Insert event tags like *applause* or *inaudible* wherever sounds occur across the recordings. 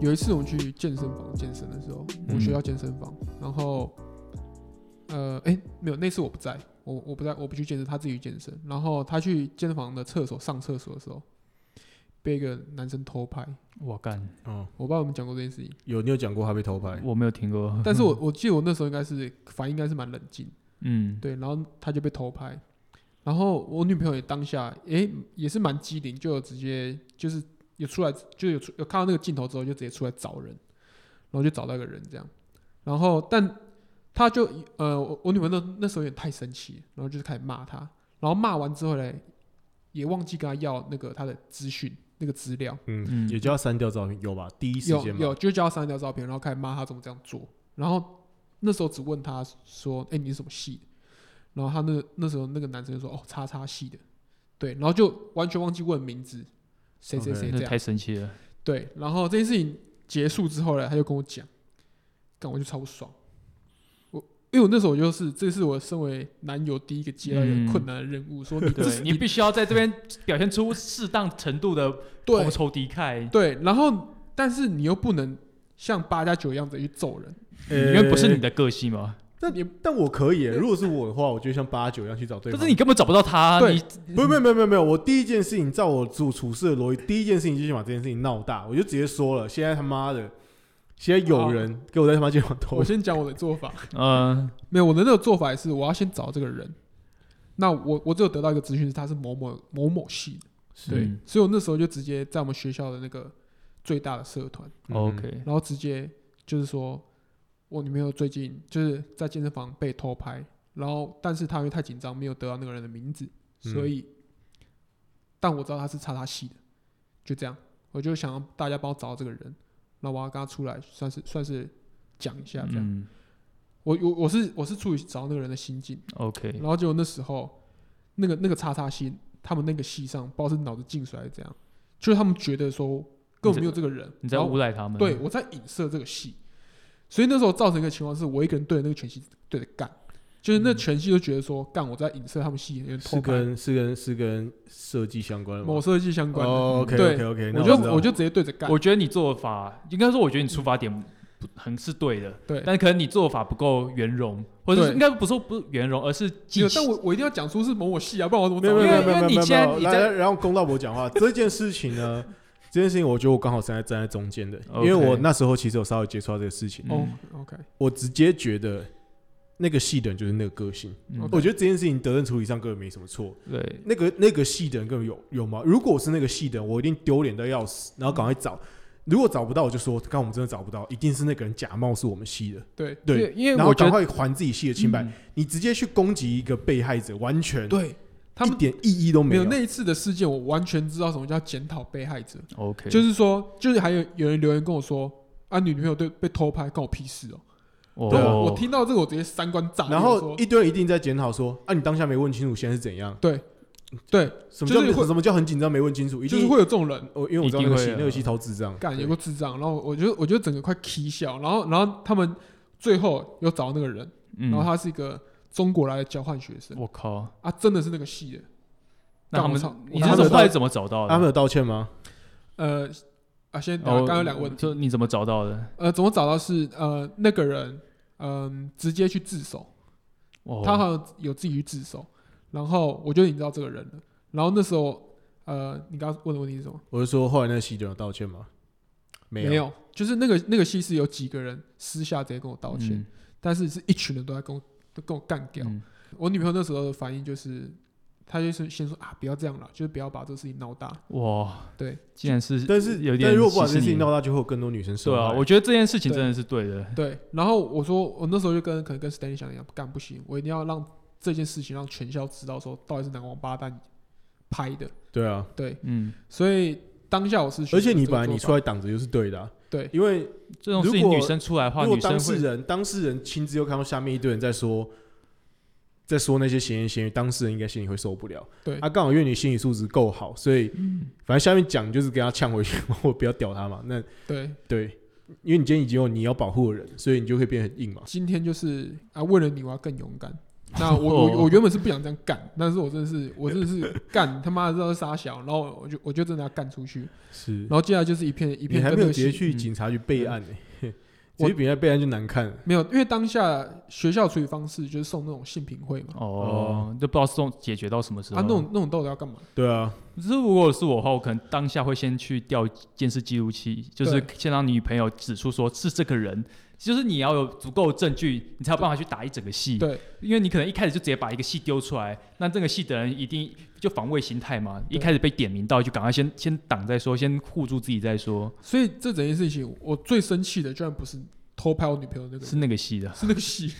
有一次我们去健身房健身的时候，我们学校健身房，然后，呃，哎、没有，那次我不在，我我不在，我不去健身，他自己去健身。然后他去健身房的厕所上厕所的时候，被一个男生偷拍。我干，嗯，我不知道有没有讲过这件事情，有你有讲过他被偷拍，我没有听过。但是我我记得我那时候应该是反应应该是蛮冷静，嗯，对，然后他就被偷拍，然后我女朋友也当下诶、也是蛮机灵，就有直接就是有出来就有出有看到那个镜头之后就直接出来找人，然后就找到一个人这样，然后但他就呃我我女朋友那那时候有点太生气，然后就是开始骂他，然后骂完之后嘞也忘记跟他要那个他的资讯那个资料，嗯，嗯也就要删掉照片，有吧？第一时有间吧有，就叫他删掉照片，然后开始骂他怎么这样做。然后那时候只问他说：“哎、你是什么系的？”然后他那那时候那个男生就说：“哦，叉叉系的。”对，然后就完全忘记问名字，谁谁谁这那样。太神奇了。对，然后这件事情结束之后呢，他就跟我讲，干我就超不爽。我因为我那时候我就是，这是我身为男友第一个接到一嗯个困难的任务，说 *laughs* 你对你必须要在这边表现出适当程度的对同仇敌忾，对，然后但是你又不能像八加九一样子去揍人，呃因为不是你的个性嘛。但也但我可以耶，如果是我的话，我就像八九一样去找对但方。是你根本找不到他，对你不是，没有没有没有没有，我第一件事情，照我处处事的逻辑，第一件事情就先把这件事情闹大，我就直接说了，现在他妈的，现在有人给我在他妈肩膀偷我，先讲我的做法，嗯没有我的那个做法是，我要先找这个人。那我我只有得到一个资讯是他是某某某某系的，对，嗯所以我那时候就直接在我们学校的那个最大的社团，嗯哦，OK，然后直接就是说，哦我女朋友最近就是在健身房被偷拍，然后但是她因为太紧张没有得到那个人的名字，嗯所以，但我知道他是叉叉系的，就这样，我就想要大家帮我找到这个人，那我要跟他出来算是算是讲一下这样。嗯我我我是我是出于找那个人的心境， ，OK，然后结果那时候那个那个叉叉系他们那个系上不知道是脑子进水还是怎样，就是他们觉得说根本没有这个人，你在然后诬赖他们，对我在影射这个戏，所以那时候造成一个情况是我一个人对着那个全系对着干，就是那全系都觉得说干我在影射他们戏，有点偷拍是跟是跟是跟设计相关的吗某？设计相关的，哦，OK 对 OK OK，我就我就直接对着干，我觉得你做法，应该说，我觉得你出发点不很是对的，对。但可能你做法不够圆融，或者是对应该不是说不圆融，而是没记有，但我我一定要讲出是某某戏啊，不然我怎么没找有到人没有因为没有没有没有因为你现在没有你来在来然后公道伯讲话这件事情呢，这件事情我觉得我刚好站在站在中间的，因为 OK 我那时候其实有稍微接触到这个事情，哦嗯，OK，我直接觉得那个戏的人就是那个个性，嗯我觉得这件事情责任处理上根本没什么错，对，那个那个戏的人根本有有吗？如果我是那个戏的人，我一定丢脸到要死，然后赶快找。如果找不到，我就说，刚我们真的找不到，一定是那个人假冒是我们系的，对对，因为因为然后我觉赶得快还自己系的清白。嗯你直接去攻击一个被害者，完全对，他们一点意义都没有。有那一次的事件，我完全知道什么叫检讨被害者， OK，就是说，就是还有有人留言跟我说啊，女朋友对被偷拍，关我屁事哦。我对，我听到这个我直接三观炸裂。然我后说一堆人一定在检讨说，啊，你当下没问清楚现在是怎样？对对，什么叫就是会什么叫很紧张没问清楚？一就是定会有这种人我因为我知道那一定个会戏啊那个戏超智障，干对有个智障，然后我就我就整个快气笑，然后然后他们最后又找到那个人，嗯然后他是一个中国来的交换学生我靠，啊，真的是那个系的，那他干我们操你我是他怎们么后来怎么找到的？啊他们有道歉吗？呃啊，先哦刚刚有两个问就题，你怎么找到的？呃，怎么找到是呃那个人嗯直接去自首，哦他好像有自己去自首，然后我就已经知道这个人了，然后那时候呃你刚刚问的问题是什么？我是说后来那个戏的人有道歉吗？没有，没有，就是那个那个戏是有几个人私下直接跟我道歉，嗯但是是一群人都在跟我都跟我干掉。嗯我女朋友那时候的反应就是，她就是先说啊，不要这样了，就是不要把这个事情闹大。哇，对， *laughs* 竟然是但是有点但如果不把这件歧视事情你闹大，就会有更多女生受对啊，害我觉得这件事情真的是对的，对，然后我说我那时候就跟可能跟 Stanley 想的一样，干不行，我一定要让这件事情让全校知道说到底是哪个王八蛋拍的。对啊，对，嗯，所以当下我是选而择且这个你做法，本来你出来挡着就是对的啊、对因为这种事情如果女生出来的话，如果女生当事会人当事人亲自又看到下面一堆人在说，在说那些闲言闲语，当事人应该心里会受不了。对嗯啊，刚好因为你心理素质够好，所以反正下面讲就是跟他呛回去， *laughs* 我不要屌他嘛。那对，对，因为你今天已经有你要保护的人，所以你就会变得很硬嘛。今天就是啊，为了你我要更勇敢。那我哦我我原本是不想这样干，但是我真的是我真的 *laughs* 是干他妈的知道是傻小，然后我就我就真的要干出去，是然，后接下来就是一片一你片还跟没有那个直接戏去嗯警察局备案呢、 *laughs* 嘿直我接比人家备案就难看了。没有，因为当下学校处理方式就是送那种性品会嘛，哦，就不知道送解决到什么时候。啊那种那种到底要干嘛？对啊，就是如果是我的话，我可能当下会先去调监视记录器，就是先让女朋友指出说是这个人，就是你要有足够的证据，你才有办法去打一整个戏。对，因为你可能一开始就直接把一个戏丢出来，那这个戏的人一定就防卫心态嘛，对一开始被点名到就赶快先先挡再说，先护住自己再说，所以这整件事情我最生气的居然不是偷拍我女朋友那个人，是那个戏的。是那个 *laughs* 戏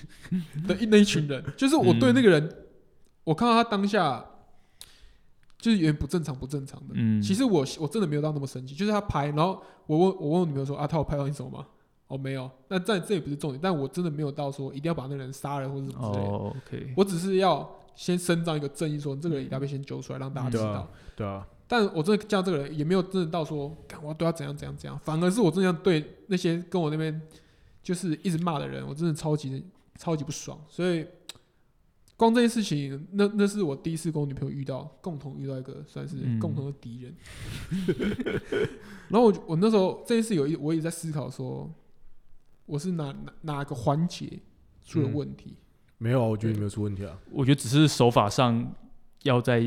的一那一群人，就是我对那个人，嗯我看到他当下就是有点不正常，不正常的。嗯，其实我我真的没有到那么生气，就是他拍，然后我问我问我女朋友说啊，他有拍到你什么吗？哦，没有。那这这也不是重点，但我真的没有到说一定要把那个人杀了或者什么之类的。哦，OK，我只是要先伸张一个正义，说这个人一定要被先揪出来，让大家知对道啊。，对啊，但我真的见到这个人，也没有真的到说，干我要对他怎样怎样怎样，反而是我真的要对那些跟我那边就是一直骂的人，我真的超级超级不爽。所以光这件事情，那那是我第一次跟我女朋友遇到，共同遇到一个算是嗯共同的敌人。 *laughs* 然后我就我那时候这件事有一我也在思考说，我是哪哪哪个环节出了嗯问题？没有啊，我觉得你没有出问题啊。我觉得只是手法上要再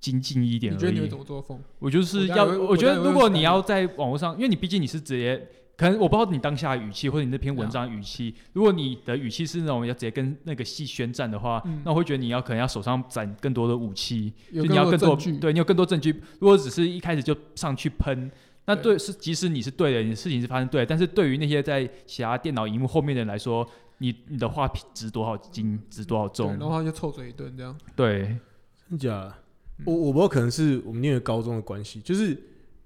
精进一点而已。你觉得你会怎么做风？我就是我要，待会我觉我待得会如果会你要在网络上，因为你毕竟你是直接，可能我不知道你当下的语气或者你那篇文章的语气，啊如果你的语气是那种要直接跟那个戏宣战的话，嗯那我会觉得你要可能要手上攒更多的武器，有就你要更更多多的证据？对你有更多证据。如果只是一开始就上去喷，那对对是即使你是对的，你的事情是发生对的，但是对于那些在其他电脑荧幕后面的人来说，你你的话值多少斤，值多少对，然重？后他就臭嘴一顿这样。对，真假的？嗯我我不知道，可能是我们念的高中的关系，就是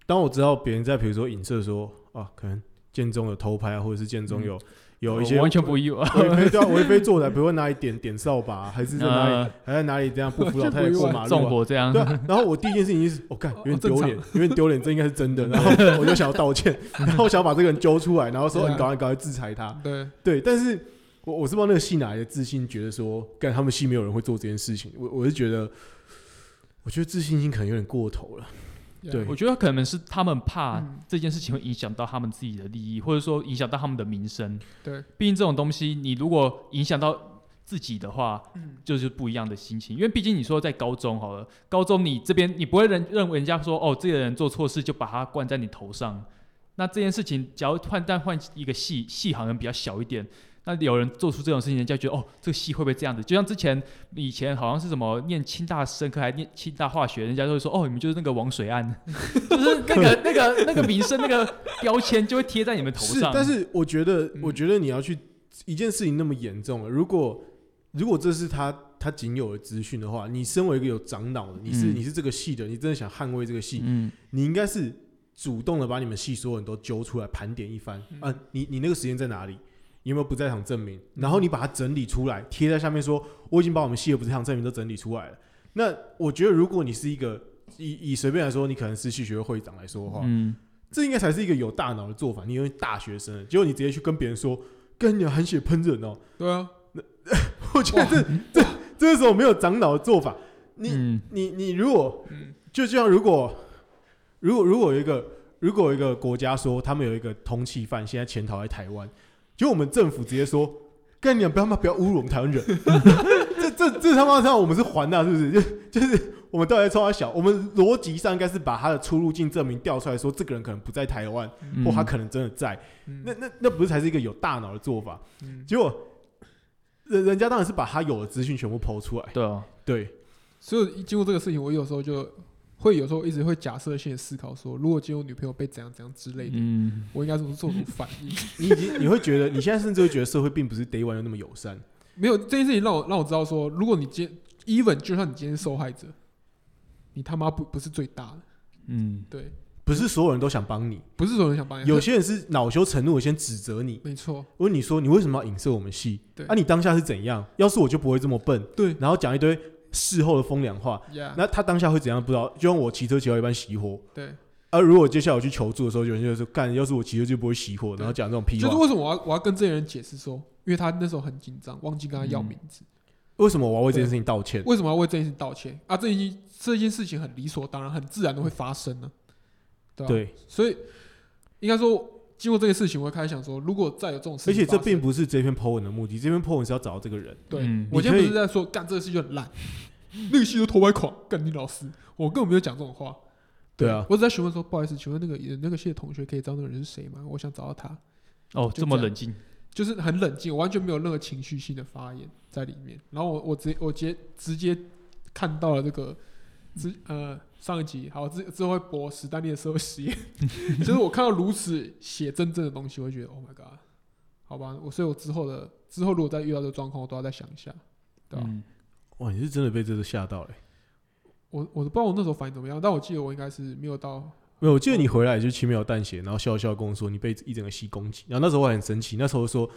当我知道别人在比如说影射说啊，可能建中有偷拍啊，或者是建中有、有一些哦我完全不意外。为非对啊，为非作歹，比如说哪里点点扫把啊，还是在哪里，还在哪里这样不服老太太过马纵路啊。火这样对，啊，然后我第一件事情就是，我、干有点丢脸，有点丢脸，这应该是真的。然后我就想要道歉，然后想要把这个人揪出来，然后说对啊你赶快赶快制裁啊他。对，对，但是我我是不知道那个系哪来的自信，觉得说干他们系没有人会做这件事情。我我是觉得，我觉得自信心可能有点过头了。对我觉得可能是他们怕嗯这件事情会影响到他们自己的利益，或者说影响到他们的名声。对，毕竟这种东西，你如果影响到自己的话，嗯就是不一样的心情。因为毕竟你说在高中好了，高中你这边你不会认认为人家说哦，这个人做错事就把他灌在你头上。那这件事情，假如换但换一个戏，戏好像比较小一点。那有人做出这种事情，人家觉得哦，这个戏会不会这样子？就像之前以前好像是什么念清大生科还念清大化学，人家都会说哦，你们就是那个王水案， *laughs* 就是那个那个那个名声那个标签就会贴在你们头是上。，但是我觉得，嗯我觉得你要去一件事情那么严重了，如果如果这是他他仅有的资讯的话，你身为一个有长脑的，你是、嗯你是这个系的，你真的想捍卫这个系，嗯，你应该是主动的把你们系所有人都揪出来盘点一番嗯啊，你你那个时间在哪里？你有没有不在场证明？嗯然后你把它整理出来，贴在下面说，我已经把我们系的不在场证明都整理出来了。那我觉得，如果你是一个以以随便来说，你可能是系学会会长来说的话，嗯，这应该才是一个有大脑的做法。你因为大学生了，结果你直接去跟别人说，跟你含血喷人哦，对啊，我觉得这这这是种没有长脑的做法。你、嗯你你如果嗯就像如果如果如果有一个如果有一个国家说他们有一个通缉犯现在潜逃在台湾，就我们政府直接说，干你娘不要他妈不要侮辱我们台湾人， *laughs* 这这这他妈让我们是还的、啊，是不是？就就是我们到底在冲他小，我们逻辑上应该是把他的出入境证明调出来说，这个人可能不在台湾，嗯或他可能真的在，嗯那那那不是才是一个有大脑的做法？嗯，结果人人家当然是把他有的资讯全部抛出来，对啊，对，所以经过这个事情，我有时候就会有时候一直会假设性的思考说，如果今天我女朋友被怎样怎样之类的，嗯。我应该怎么做出反应？ *laughs* 你已经你会觉得，你现在甚至会觉得社会并不是 day one 就那么友善。没有这件事情让我让我知道说，如果你今 even 就算你今天是受害者，你他妈不不是最大的，嗯，对，不是所有人都想帮你，不是所有人想帮你，有些人是恼羞成怒，先指责你，没错，问你说你为什么要影射我们戏？对啊，你当下是怎样？要是我就不会这么笨，对啊然后讲一堆事后的风凉话。 ，yeah，那他当下会怎样？不知道。就像我骑车骑到一半熄火，对，而、如果接下来我去求助的时候，有人就会说：“干，要是我骑车就不会熄火。”然后讲这种屁就是话。为什么我要我要跟这些人解释说，因为他那时候很紧张，忘记跟他要名字，为什么我要为这件事情道歉？为什么要为这件事道歉啊？这一这件事情很理所当然、很自然的会发生呢、对吧、啊对，所以应该说，经过这个事情，我会开始想说，如果再有这种事而情发且生，这并不是这篇 po 文的目的，这篇 po 文是要找到这个人。对、嗯我你今天可不以是在说干这个戏就很烂，那个戏就头歪垮，干你老师，我根本没有讲这种话。对啊，我只在询问说，不好意思，请问那个那个系的同学可以知道那个人是谁吗？我想找到他，哦，就这么这样冷静，就是很冷静，我完全没有任何情绪性的发言在里面。然后我我直接我直接直接看到了这个之呃上一集，好之之后会播史丹利的社会实验， *laughs* 就是我看到如此写真正的东西，我会觉得 Oh my God，好吧，我所以我之后的之后如果再遇到这个状况，我都要再想一下，啊对吧、嗯哇，你是真的被这个吓到嘞、我我不知道我那时候反应怎么样，但我记得我应该是没有到没有，我记嗯得你回来就轻描淡写，然后笑笑跟我说你被一整个系攻击，然后那时候我还很生气，那时候说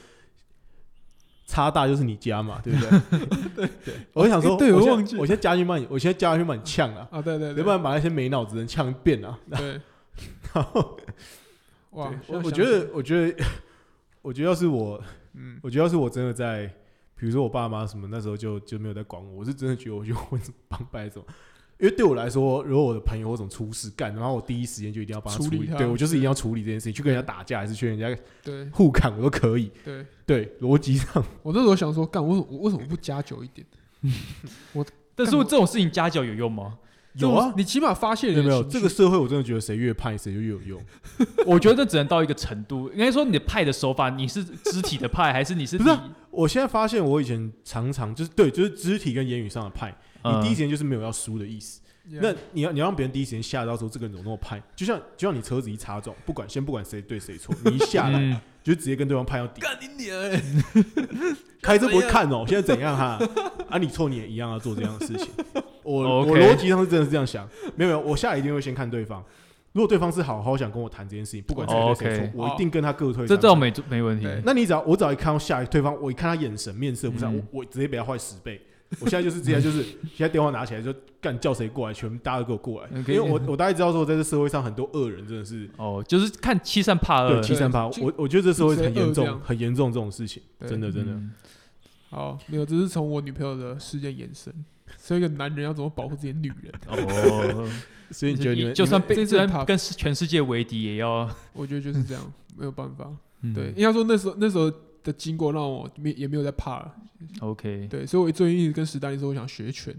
差大就是你家嘛，对不 *laughs* 对？对，我就想说，诶对我我现在忘记了我现在加去骂你，我现在加去骂你呛啊，啊，对对要对不，然把那些没脑子的人呛遍啊。 *laughs* 对，然后，哇对，现我在想我觉起得来，我觉得，我觉得要是我，嗯，我觉得要是我真的在，比如说我爸妈什么，那时候就就没有在管我，我是真的觉得我就 *laughs* 混帮派什么。因为对我来说，如果我的朋友或者出事干，然后我第一时间就一定要帮他处处理理，他对我就是一定要处理这件事情，去跟人家打架，还是去跟人家对互砍，我都可以。对。对，逻辑 *laughs* 上，我那时候想说，干，我为什么我为什么不加久一点？但是这种事情加酒有用吗？ *laughs* 有啊这种你起码发泄没你有的没有？情这个绪社会我真的觉得谁越派谁就越有用。我觉得只能到一个程度。应该说你的派的手法，你是肢体的派，还是你是不是啊你我现在发现，我以前常常就是对，就是肢体跟言语上的派，你第一时间就是没有要输的意思。那 yeah，你要你让别人第一时间吓到说这个人怎么那么派，就像就像你车子一擦撞，不管先不管谁对谁错，你一下来、嗯就直接跟对方派到底，干你 *laughs* 娘欸！开车不会看哦，现在怎样哈？啊，你错你也一样要做这样的事情。我 *laughs* 我 OK 逻辑上是真的是这样想，没有没有，我下来一定会先看对方。如果对方是好好想跟我谈这件事情，不管谁对哦谁错 OK 我一定跟他各退三这步。这种没没问题。对 *laughs* 那你只要我只要一看到下一对方，我一看他眼神面色不善，嗯我我直接比他坏十倍。我现在就是直接就是现在电话拿起来就干叫谁过来，全部大家都给我过来，因为 OK 我我大概知道说在这社会上很多恶人真的是哦，就是看欺善怕恶对，欺善怕恶。就我我觉得这社会很严就直接恶这样重，很严重这种事情，对真的真的。嗯好，没有，这是从我女朋友的事件延伸，所以一个男人要怎么保护自己的女人？ *laughs* 哦，所以你觉得你们就算你被们就这是算跟全世界为敌，*laughs* 也要我觉得就是这样，没有办法。嗯对，应该说那时候那时候的经过让我没也没有在怕了。 OK。对，所以我最近一直跟史丹利说，我想学拳。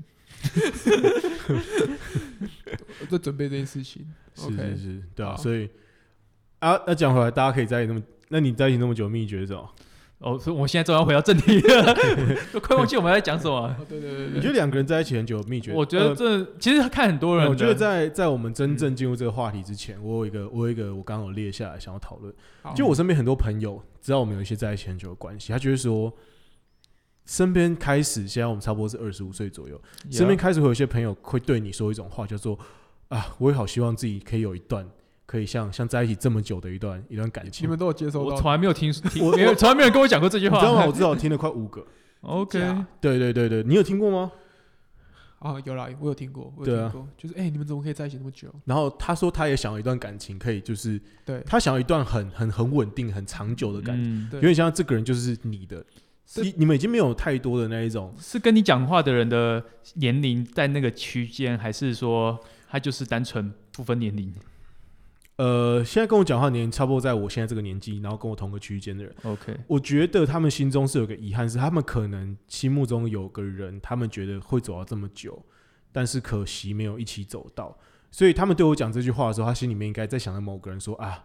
我在准备这件事情。是 OK 是是，对啊。好所以啊，那讲回来，大家可以在一起那么，那你在一起那么久的秘诀是什么？哦，所以我现在终于要回到正题了， *laughs* 都快忘记我们在讲什么。哦，对对对你觉对，得两个人在一起很久的秘诀？我觉得呃这其实看很多人的，我觉得在在我们真正进入这个话题之前，我有一个我有一个我刚刚有列下来想要讨论。好就我身边很多朋友，知道我们有一些在一起很久的关系，他觉得说，身边开始，现在我们差不多是二十五岁左右，身边 Yeah 开始会有一些朋友会对你说一种话，叫做啊，我也好希望自己可以有一段可以像像在一起这么久的一段一段感你情。们都有接收我到从来没有听 *laughs* 听，我没有从来没有人跟我讲过这句你话。知道吗？我至少听了快五 *laughs* 个。 *laughs* OK，假对对对对，你有听过吗？啊？有啦，我有听过，我有对啊听过，就是哎，你们怎么可以在一起那么久？然后他说他也想要一段感情，可以就是对，他想要一段很很很稳定、很长久的感情，嗯，对有点像这个人就是你的，是你你们已经没有太多的那一种。是跟你讲话的人的年龄在那个区间，还是说他就是单纯不分年龄呃，现在跟我讲话的年龄差不多在我现在这个年纪，然后跟我同个区间的人， ？OK，我觉得他们心中是有个遗憾，是他们可能心目中有个人，他们觉得会走到这么久，但是可惜没有一起走到，所以他们对我讲这句话的时候，他心里面应该在想着某个人说啊，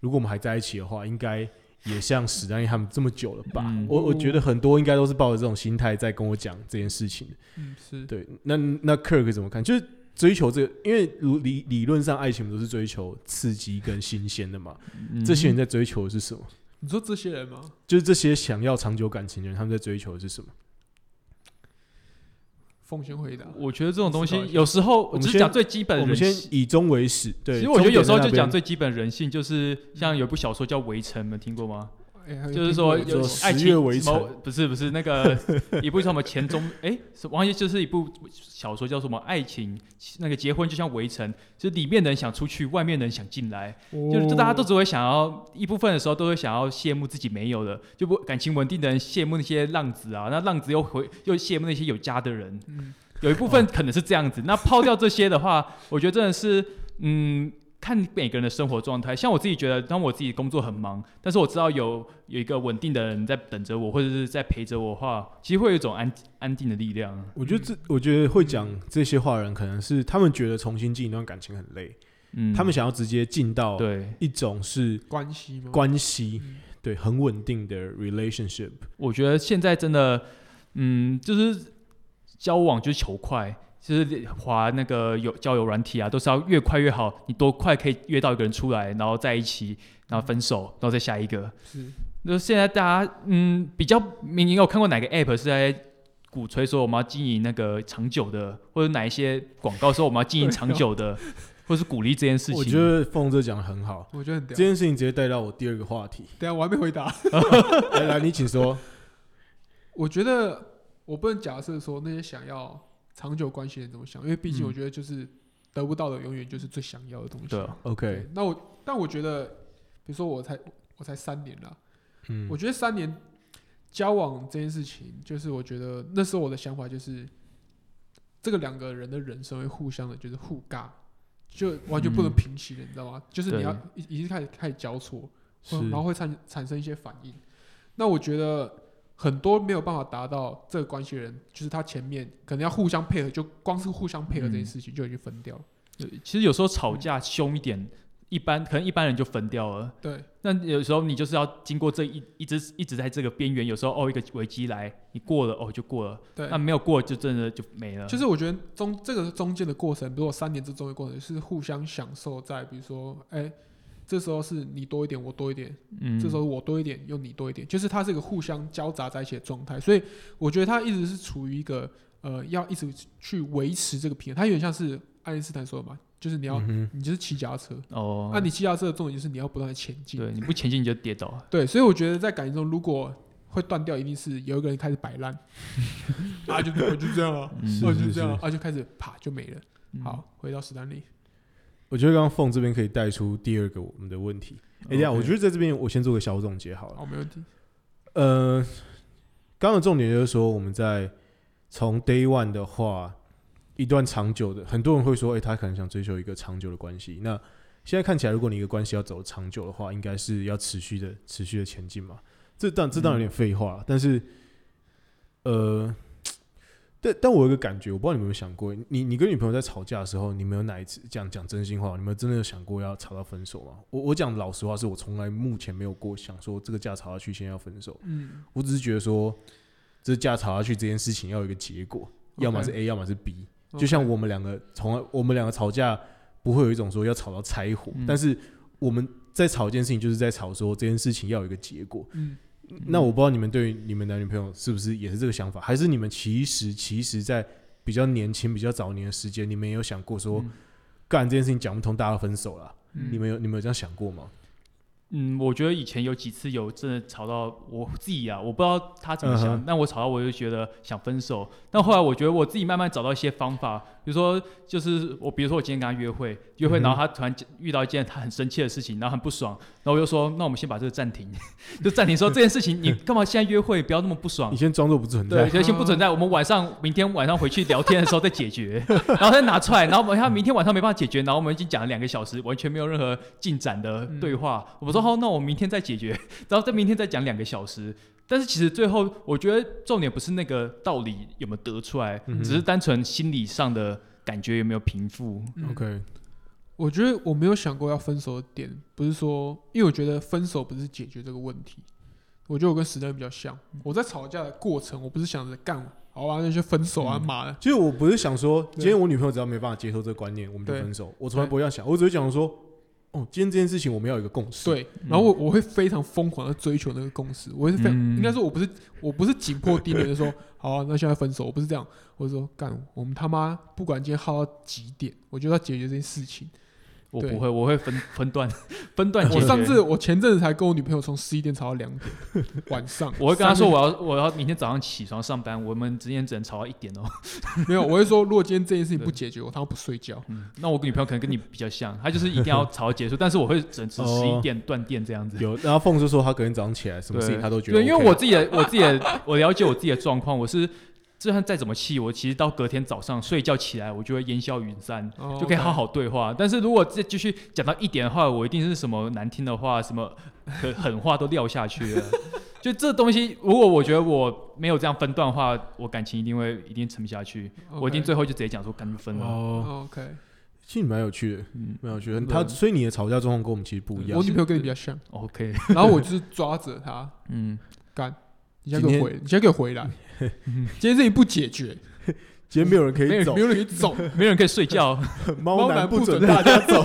如果我们还在一起的话，应该也像史丹利他们这么久了吧？ *laughs* 嗯我我觉得很多应该都是抱着这种心态在跟我讲这件事情的。嗯，是，对，那那 Kirk 怎么看？就是追求这个，因为如理理论上爱情不都是追求刺激跟新鲜的嘛？嗯这些人在追求的是什么？你说这些人吗？就是这些想要长久感情的人，他们在追求的是什么？奉先回答。我觉得这种东思考一西下有时候我我们只是先讲最基本我的们先人性。以终为始，对。其实我觉得有时候就终点在那边讲最基本人性，就是像有一部小说叫《围城》，你们听过吗？哎还有就是听说过有有做爱十月情围什么城？不是不是那个一部叫什么钱钟哎，是王爷就是一部小说叫什么爱情那个结婚就像围城，就是里面的人想出去，外面的人想进来，就是就大哦家都只会想要一部分的时候都会想要羡慕自己没有的，就不感情稳定的人羡慕那些浪子啊，那浪子又回又羡慕那些有家的人，嗯有一部哦分可能是这样子。那抛掉这些的 *laughs* 话，我觉得真的是，嗯，看每个人的生活状态。像我自己觉得，当我自己工作很忙，但是我知道有有一个稳定的人在等着我，或者是在陪着我的话，其实会有一种安安定的力量。我觉得这，我觉得会讲这些话的人，可能是他们觉得重新进一段感情很累，嗯，他们想要直接进到对，一种是关系吗？关系嗯，对，很稳定的 relationship。我觉得现在真的，嗯，就是交往就是求快。就是滑那个有交友软体啊，都是要越快越好。你多快可以约到一个人出来，然后在一起，然后分手，然后再下一个。是那现在大家嗯比较明，你有看过哪个啊 app 是在鼓吹说我们要经营那个长久的，或者哪一些广告说我们要经营长久的，或是鼓励这件事情？我觉得凤哥讲的很好，我觉得很这屌。啊件事情直接带到我第二个话题。等一下我还没回答。来来，你请说。我觉得我不能假设说那些想要长久关系的人怎么想，因为毕竟嗯我觉得就是得不到的永远就是最想要的东西。对啊 OK，对，那我但我觉得，比如说我才我才三年啦，嗯我觉得三年交往这件事情，就是我觉得那时候我的想法就是，这个两个人的人生会互相的，就是互尬，就完全不能嗯平息的，你知道吗？就是你对要已已经开始开始交错，是嗯，然后会产产生一些反应。那我觉得很多没有办法达到这个关系的人，就是他前面可能要互相配合，就光是互相配合这件嗯事情就已经分掉了。其实有时候吵架凶一点，一般可能一般人就分掉了。对，那有时候你就是要经过这一一直一直在这个边缘，有时候哦一个危机来，你过了哦就过了，对，那没有过就真的就没了。就是我觉得中这个中间的过程，比如我三年之中的过程，是互相享受在，比如说，哎、这时候是你多一点，我多一点，嗯，这时候我多一点，又你多一点，就是它是一个互相交杂在一起的状态。所以我觉得它一直是处于一个呃，要一直去维持这个平衡。它有点像是爱因斯坦说的嘛，就是你要、嗯你就是骑脚踏车，那、哦，你骑脚踏车的重点就是你要不断的前进。对你不前进你就跌倒。对，所以我觉得在感情中，如果会断掉，一定是有一个人开始摆 *laughs* 烂，啊，就我就这样啊，嗯是啊就这样啊，啊就开始啪就没了。嗯好，回到史丹利，我觉得刚刚凤这边可以带出第二个我们的问题。哎、这样 OK 我觉得在这边我先做个小总结好了。好，没问题。呃，刚刚的重点就是说，我们在从 day one 的话，一段长久的，很多人会说，哎、他可能想追求一个长久的关系。那现在看起来，如果你一个关系要走长久的话，应该是要持续的、持续的前进嘛。这当这当然有点废话，但是，呃，但但我有一个感觉，我不知道你们有没有想过，你你跟女朋友在吵架的时候，你们有哪一次讲讲真心话，你们真的有想过要吵到分手吗？我我讲老实话，是我从来目前没有过想说这个架吵下去，先要分手。嗯，我只是觉得说，这架吵下去这件事情要有一个结果，要么是 A，要么是 B。就嗯像我们两个从来我们两个吵架，不会有一种说要吵到拆伙，嗯但是我们在吵一件事情，就是在吵说这件事情要有一个结果。嗯，那我不知道你们对于你们男女朋友是不是也是这个想法，还是你们其实其实在比较年轻、比较早年的时间，你们也有想过说，嗯干、这件事情讲不通，大家分手了。嗯你们有你们有这样想过吗？嗯，我觉得以前有几次有真的吵到我自己啊，我不知道他怎么想嗯哼但我吵到我就觉得想分手。但后来我觉得我自己慢慢找到一些方法，比如说就是我，比如说我今天跟他约会，约会，嗯哼然后他突然遇到一件他很生气的事情，然后很不爽，然后我就说，那我们先把这个暂停， *laughs* 就暂停说这件事情你干嘛现在约会，不要那么不爽你。先装作不存哦对，在。就先不哦存在。我们晚上明天晚上回去聊天的时候再解 *laughs* 决，然后再拿出来，然后我们他哎明天晚上没办法解决，然后我们已经讲了两个小时，完全没有任何进展的对话。嗯我们说哦好，那我们明天再解决， *laughs* 然后再明天再讲两个小时。但是其实最后，我觉得重点不是那个道理有没有得出来，嗯哼只是单纯心理上的感觉有没有平复。嗯 OK，我觉得我没有想过要分手的点，不是说，因为我觉得分手不是解决这个问题。我觉得我跟史丹利比较像，嗯我在吵架的过程，我不是想着干，好啊，那就分手啊，嗯妈的，就是我不是想说，对今天我女朋友只要没办法接受这个观念，我们就对分手。我从来不会这样想，我只会讲说，哦，今天这件事情我们要有一个共识。，对，然后我我会非常疯狂的追求那个共识，我会非常、嗯应该说我不是我不是紧迫盯着就说 *laughs* 好、啊，那现在分手，我不是这样，我是说干，我们他妈不管今天耗到几点，我就要解决这件事情。我对不会，我会分 *laughs* 分段分 *laughs* 段解我决。上次我前阵子才跟我女朋友从十一点吵到两点， *laughs* 晚上。 *laughs* 我会跟他说上我要我要明天早上起床上班，我们今天只能吵到一点哦。面没有，我会说如果今天这件事情不解决，我他妈不睡觉。嗯，那我跟女朋友可能跟你比较像，她就是一定要吵到 *laughs* 结束，但是我会整只十一哦点断电这样子。有，然后凤就说他隔天早上起来什么事情对他都觉得对， OK、因为我自己的 *laughs* 我自己的我了解我自己的状况，我是就算再怎么气，我其实到隔天早上睡觉起来，我就会烟消云散。哦就可以好好对话，但是如果再继续讲到一点的话，我一定是什么难听的话、什么狠狠话都撂下 *laughs* 去了。就这东西，如果我觉得我没有这样分段的话，我感情一定会一定沉不下去。 OK 我一定最后就直接讲说干分了。哦， OK。其实蛮有趣的，嗯蛮有趣的。对他所以你的吵架状况跟我们其实不一样我。女朋友跟你比较像， ，OK，然后我就是抓着她，嗯，你先给我回，你先给我回 *laughs* 来。今天事情不解决，今天没有人可没以有走没，有人可以走。没人可以睡 *laughs* 觉。 *laughs* 猫猫男男不不准准大家走，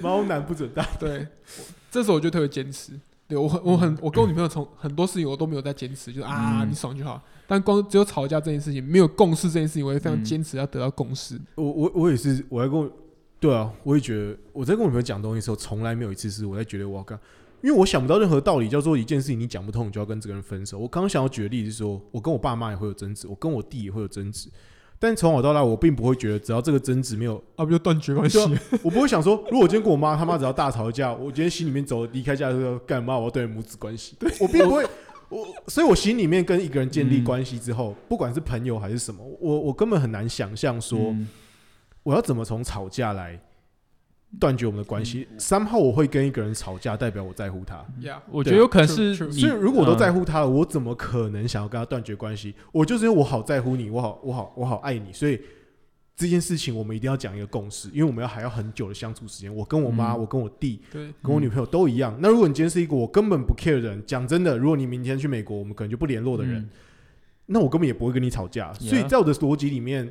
猫男不准大家。对，我这时候我就特别坚持。对我很我很我跟我女朋友从很多事情我都没有在坚持，就是啊嗯你爽就好。但光只有吵架这件事情，没有共识这件事情，我会非常嗯坚持要得到共识。我我我也是，我在跟我对啊，我也觉得我在跟我女朋友讲东西的时候，从来没有一次是我在觉得我要干，因为我想不到任何道理叫做一件事情你讲不通，你就要跟这个人分手。我刚刚想要举的例子是说，我跟我爸妈也会有争执，我跟我弟也会有争执，但从小到大我并不会觉得只要这个争执没有啊，不就断绝关对啊我不会想说，如果我今天跟我妈他妈只要大吵一架，我今天心里面走离开家的时候，干嘛我要对母子关系？我并不会，我所以，我心里面跟一个人建立嗯关系之后，不管是朋友还是什么，我我根本很难想象说、嗯我要怎么从吵架来断绝我们的关系。三号我会跟一个人吵架，代表我在乎他。 *laughs* 呀，我觉得有可能对是，true，true 你，啊呃所以，如果我都在乎，乎他了，我怎么可能想要跟他断绝关系？我就是因为我好在乎你，我好，我好，我好爱你，所以这件事情我们一定要讲一个共识，因为我们要还要很久的相处时间。我跟我妈，嗯我跟我弟，对，跟我女朋友都一样。那如果你今天是一个我根本不 care 的人，讲真的，如果你明天去美国，我们可能就不联络的人，嗯那我根本也不会跟你吵架。 Yeah 所以在我的逻辑里面，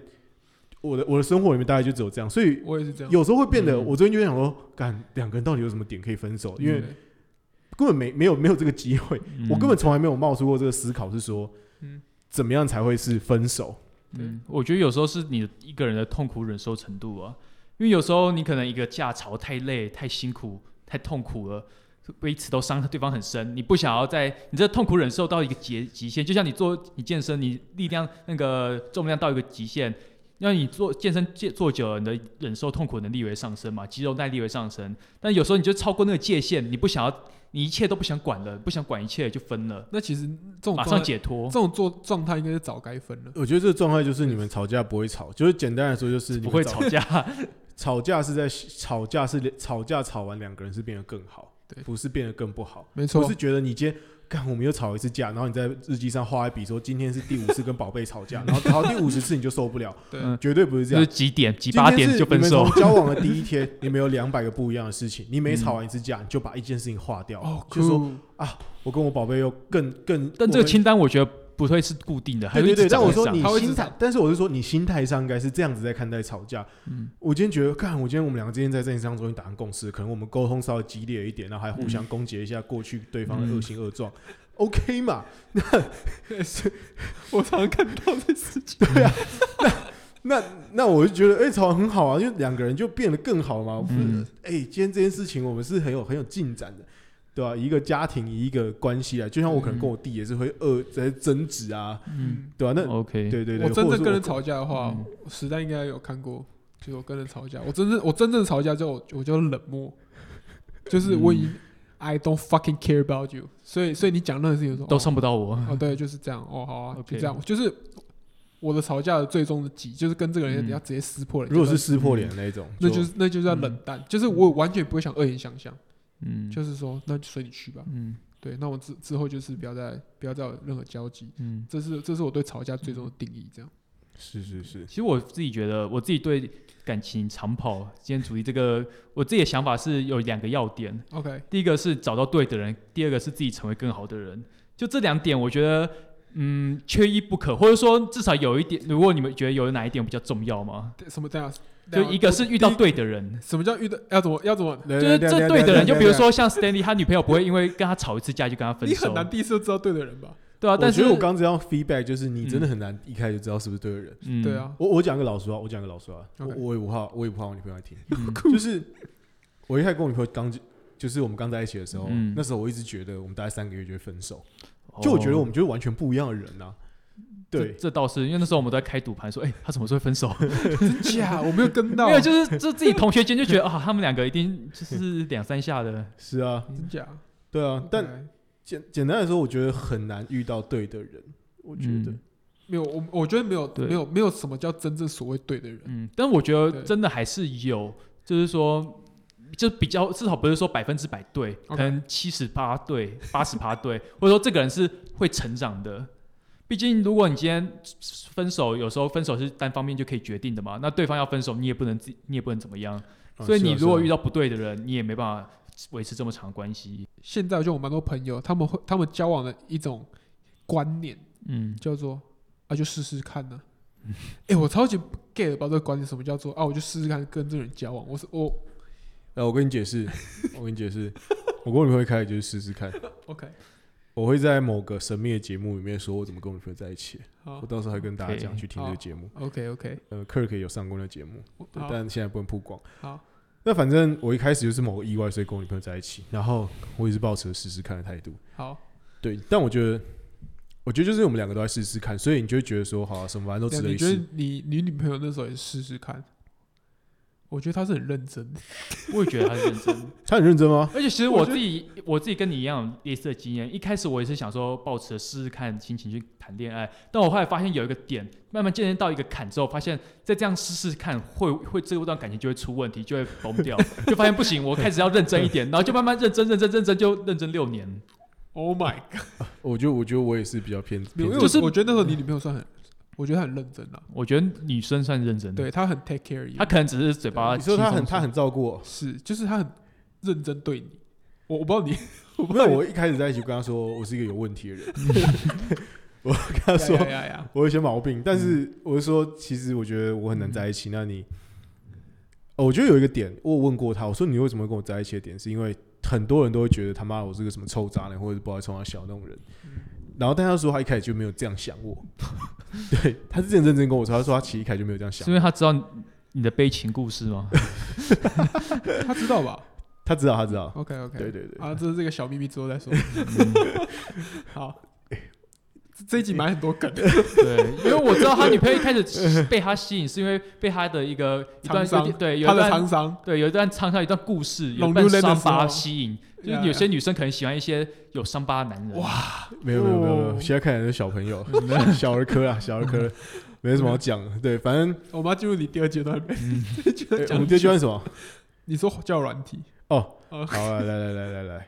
我的我的生活里面大概就只有这样。所以我也是这样。有时候会变得，嗯我最近就想说，干两个人到底有什么点可以分手？因为对根本没没有没有这个机会，嗯我根本从来没有冒出过这个思考，是说嗯，怎么样才会是分手？嗯，我觉得有时候是你的一个人的痛苦忍受程度啊，因为有时候你可能一个架吵太累、太辛苦、太痛苦了，彼此都伤对方很深，你不想要在你这痛苦忍受到一个极极限，就像你做你健身，你力量那个重量到一个极限。让你做健身健做久了，你的忍受痛苦能力会上升嘛，肌肉耐力会上升。但有时候你就超过那个界限，你不想要，你一切都不想管了，不想管一切就分了，那其实这种马状上态解脱这。种做状态应该是早该分了。我觉得这个状态就是你们吵架不会吵，就是简单来说就是你不们会吵架，吵架是在吵架是吵架吵完两个人是变得更好，对不是变得更不好。没错我是，觉得你今天干我们又吵一次架，然后你在日记上画一笔说今天是第五次跟宝贝吵架，然后吵到第五十次你就受不了，对嗯绝对不是这就是样。几点几今八天点是就分你手嗯们。从交往的第一天， *laughs* 你们有两百个不一样的事情，你每吵完一次架，你就把一件事情划掉，哦，就说 cool 我跟我宝贝又更更，但这我个们清单我觉得不会是固定的，还对会对一对，但直涨我一直说涨你它会一直心态涨，但是我是说你心态上应该是这样子在看待吵架。嗯我今天觉得，看我今天我们两个之间在这件事上终于达成共识，可能我们沟通稍微激烈一点，然后还互相攻击一下过去对方的恶行恶状、o 嗯 k *laughs* 嘛？我常常看到这事情。啊那那我就觉得，哎、吵得很好啊，因为两个人就变得更好嘛。嗯哎、今天这件事情我们是很有很有进展的，对吧、以一个家庭，以一个关系啊，就像我可能跟我弟也是会恶在争执啊，嗯对吧、那、 ，OK，对对对，我真或者正是跟人吵架的话嗯，时代应该有看过，就是我跟人吵架，我真正我真正吵架之后，我我就冷漠，就是嗯我已经 I don't fucking care about you，所以所以你讲任何事情的时候都哦伤不到我。哦，对，就是这样。哦，好啊， OK 就这样。就是我的吵架的最终的极，就是跟这个人嗯要直接撕破脸。如果就是撕破嗯脸那一种，那就是那就是要冷淡，就是我完全不会想恶言相向，嗯，就是说那就随你去吧。嗯对，那我之之后就是不要再不要再有任何交集。嗯，这是这是我对吵架最终的定义，这样。是是是，其实我自己觉得，我自己对感情长跑今天主义这个，我自己的想法是有两个要点， OK，第一个是找到对的人，第二个是自己成为更好的人。就这两点，我觉得嗯缺一不可，或者说至少有一点，如果你们觉得有哪一点比较重要吗？对什么这样？就一个是遇到第对的人，什么叫遇到要怎么要怎么？就是这对的人，就比说。如说像 Stanley，他女朋友不会因为跟他吵一次架就跟他分你手很，难第一次就知道对的人吧？对啊，但是我觉得我刚这样 feedback 就是你真的很难一开始就知道是不是对的人。嗯对， *laughs* 啊，我我讲个老实话，我讲个老实话，我 OK 我也不怕，我也不怕我女朋友来 *laughs* 听。嗯就是我一开始跟我女朋友刚就是我们刚在一起的时候，嗯哦那时候我一直觉得我们大概三个月就会分手，就我觉得我们就是完全不一样的人呐、这对，这倒是，因为那时候我们都在开赌盘，说，哎、他什么时候会分手？真假？我没有跟到，没有，就是就自己同学间就觉得啊，他们两个一定就是两三下的，是啊，真假？对啊。嗯但 OK 简简单来说，我觉得很难遇到对的人。我觉得嗯没有，我我觉得没有，对没有，没有什么叫真正所谓对的人。嗯，但我觉得对真的还是有，就是说。就比较至少不是说百分之百对 OK 可能七十八对、八十八对，或者说这个人是会成长的。毕竟如果你今天分手，有时候分手是单方面就可以决定的嘛，那对方要分手，你也不能自你也不能怎么样。哦啊所以是啊你如果是啊遇到不对的人，你也没办法维持这么长的关系。现在就有蛮多朋友，他们会他们交往的一种观念嗯，叫做啊，就试试看 *laughs* 呢、哎、我超级 get 不到这个观点，什么叫做啊，我就试试看跟这个人交往。我是我呃，我跟你解释，我跟你解释，我跟我女朋友一开始就是试试看， OK，我会在某个神秘的节目里面说我怎么跟我女朋友在一起，好我到时候还跟大家讲 OK，去听这个节目。 ，OK OK，呃，Kirk 有上过那节目，对好但现在不能曝光。好，那反正我一开始就是某个意外，所以跟我女朋友在一起，然后我也是抱持试试看的态度。好，对，但我觉得，我觉得就是我们两个都在试试看，所以你就会觉得说，好、啊，什么玩意都值得你一觉得试。你你女朋友那时候也试试看？我觉得她是很认真的，我也觉得他是认真。他很认真吗？而且其实我我觉自己，我自己跟你一样有类似的经验。一开始我也是想说，抱持着试试看心情去谈恋爱，但我后来发现有一个点，慢慢渐渐到一个坎之后，发现再这样试试看， *laughs* 会会这段感情就会出问题，就会崩掉，就发现不行，我开始要认真一点，然后就慢慢认真、认真、认真，就认真六年。 Oh my *laughs* god！我觉得，我觉得我也是比较偏因偏为这我种，是我觉得那时候你女朋友算很，我觉得她很认真啦，啊我觉得女生算认真的，对她很 take care 你她，可能只是嘴巴你轻说松说，他很他很照顾我，是就是她很认真对你。我我不知道你， *laughs* 我不没知道有，你我一开始在一起就跟他说我是一个有 *laughs* 问题的人， *laughs* 我跟他说呀嗯呀呀呀我有一些毛病，但是我是说，其实我觉得我很难在一嗯起。那你、哦我觉得有一个点，我有问过他，我说你为什么会跟我在一起的点，是因为很多人都会觉得他妈我是个什么臭渣男，或者是不爱冲他小那种人。嗯然后，但他说他一开始就没有这样想我， *laughs* 对，他是真的认真跟我说，他说他其实一开始就没有这样想是因，为她知道你你的悲情故事 *laughs* 吗？她知道吧他知道，他知道， ？OK OK，对对对，啊，这是这个小秘密之后再说。嗯 *laughs* 好，这这一集买很多梗，对，因为我知道他女朋友一开始被他吸引，是因为被他的一个一沧段桑对有他一的段沧桑，对有一段沧桑，有一段故事，有一 Long 段 Lulland 的伤时候疤吸引，就是有些女生可能喜欢一些有伤疤的男人。哇，没有没有没有没哦有，现在看起来是小朋 *laughs* 友，小小儿科啊，小儿科，没什么好讲的，对，反正、我们要进入你第二阶段没？哎 *laughs* 就我讲 *laughs* 们这阶段是什么？你说叫软体，哦，哦好，来来来来来来，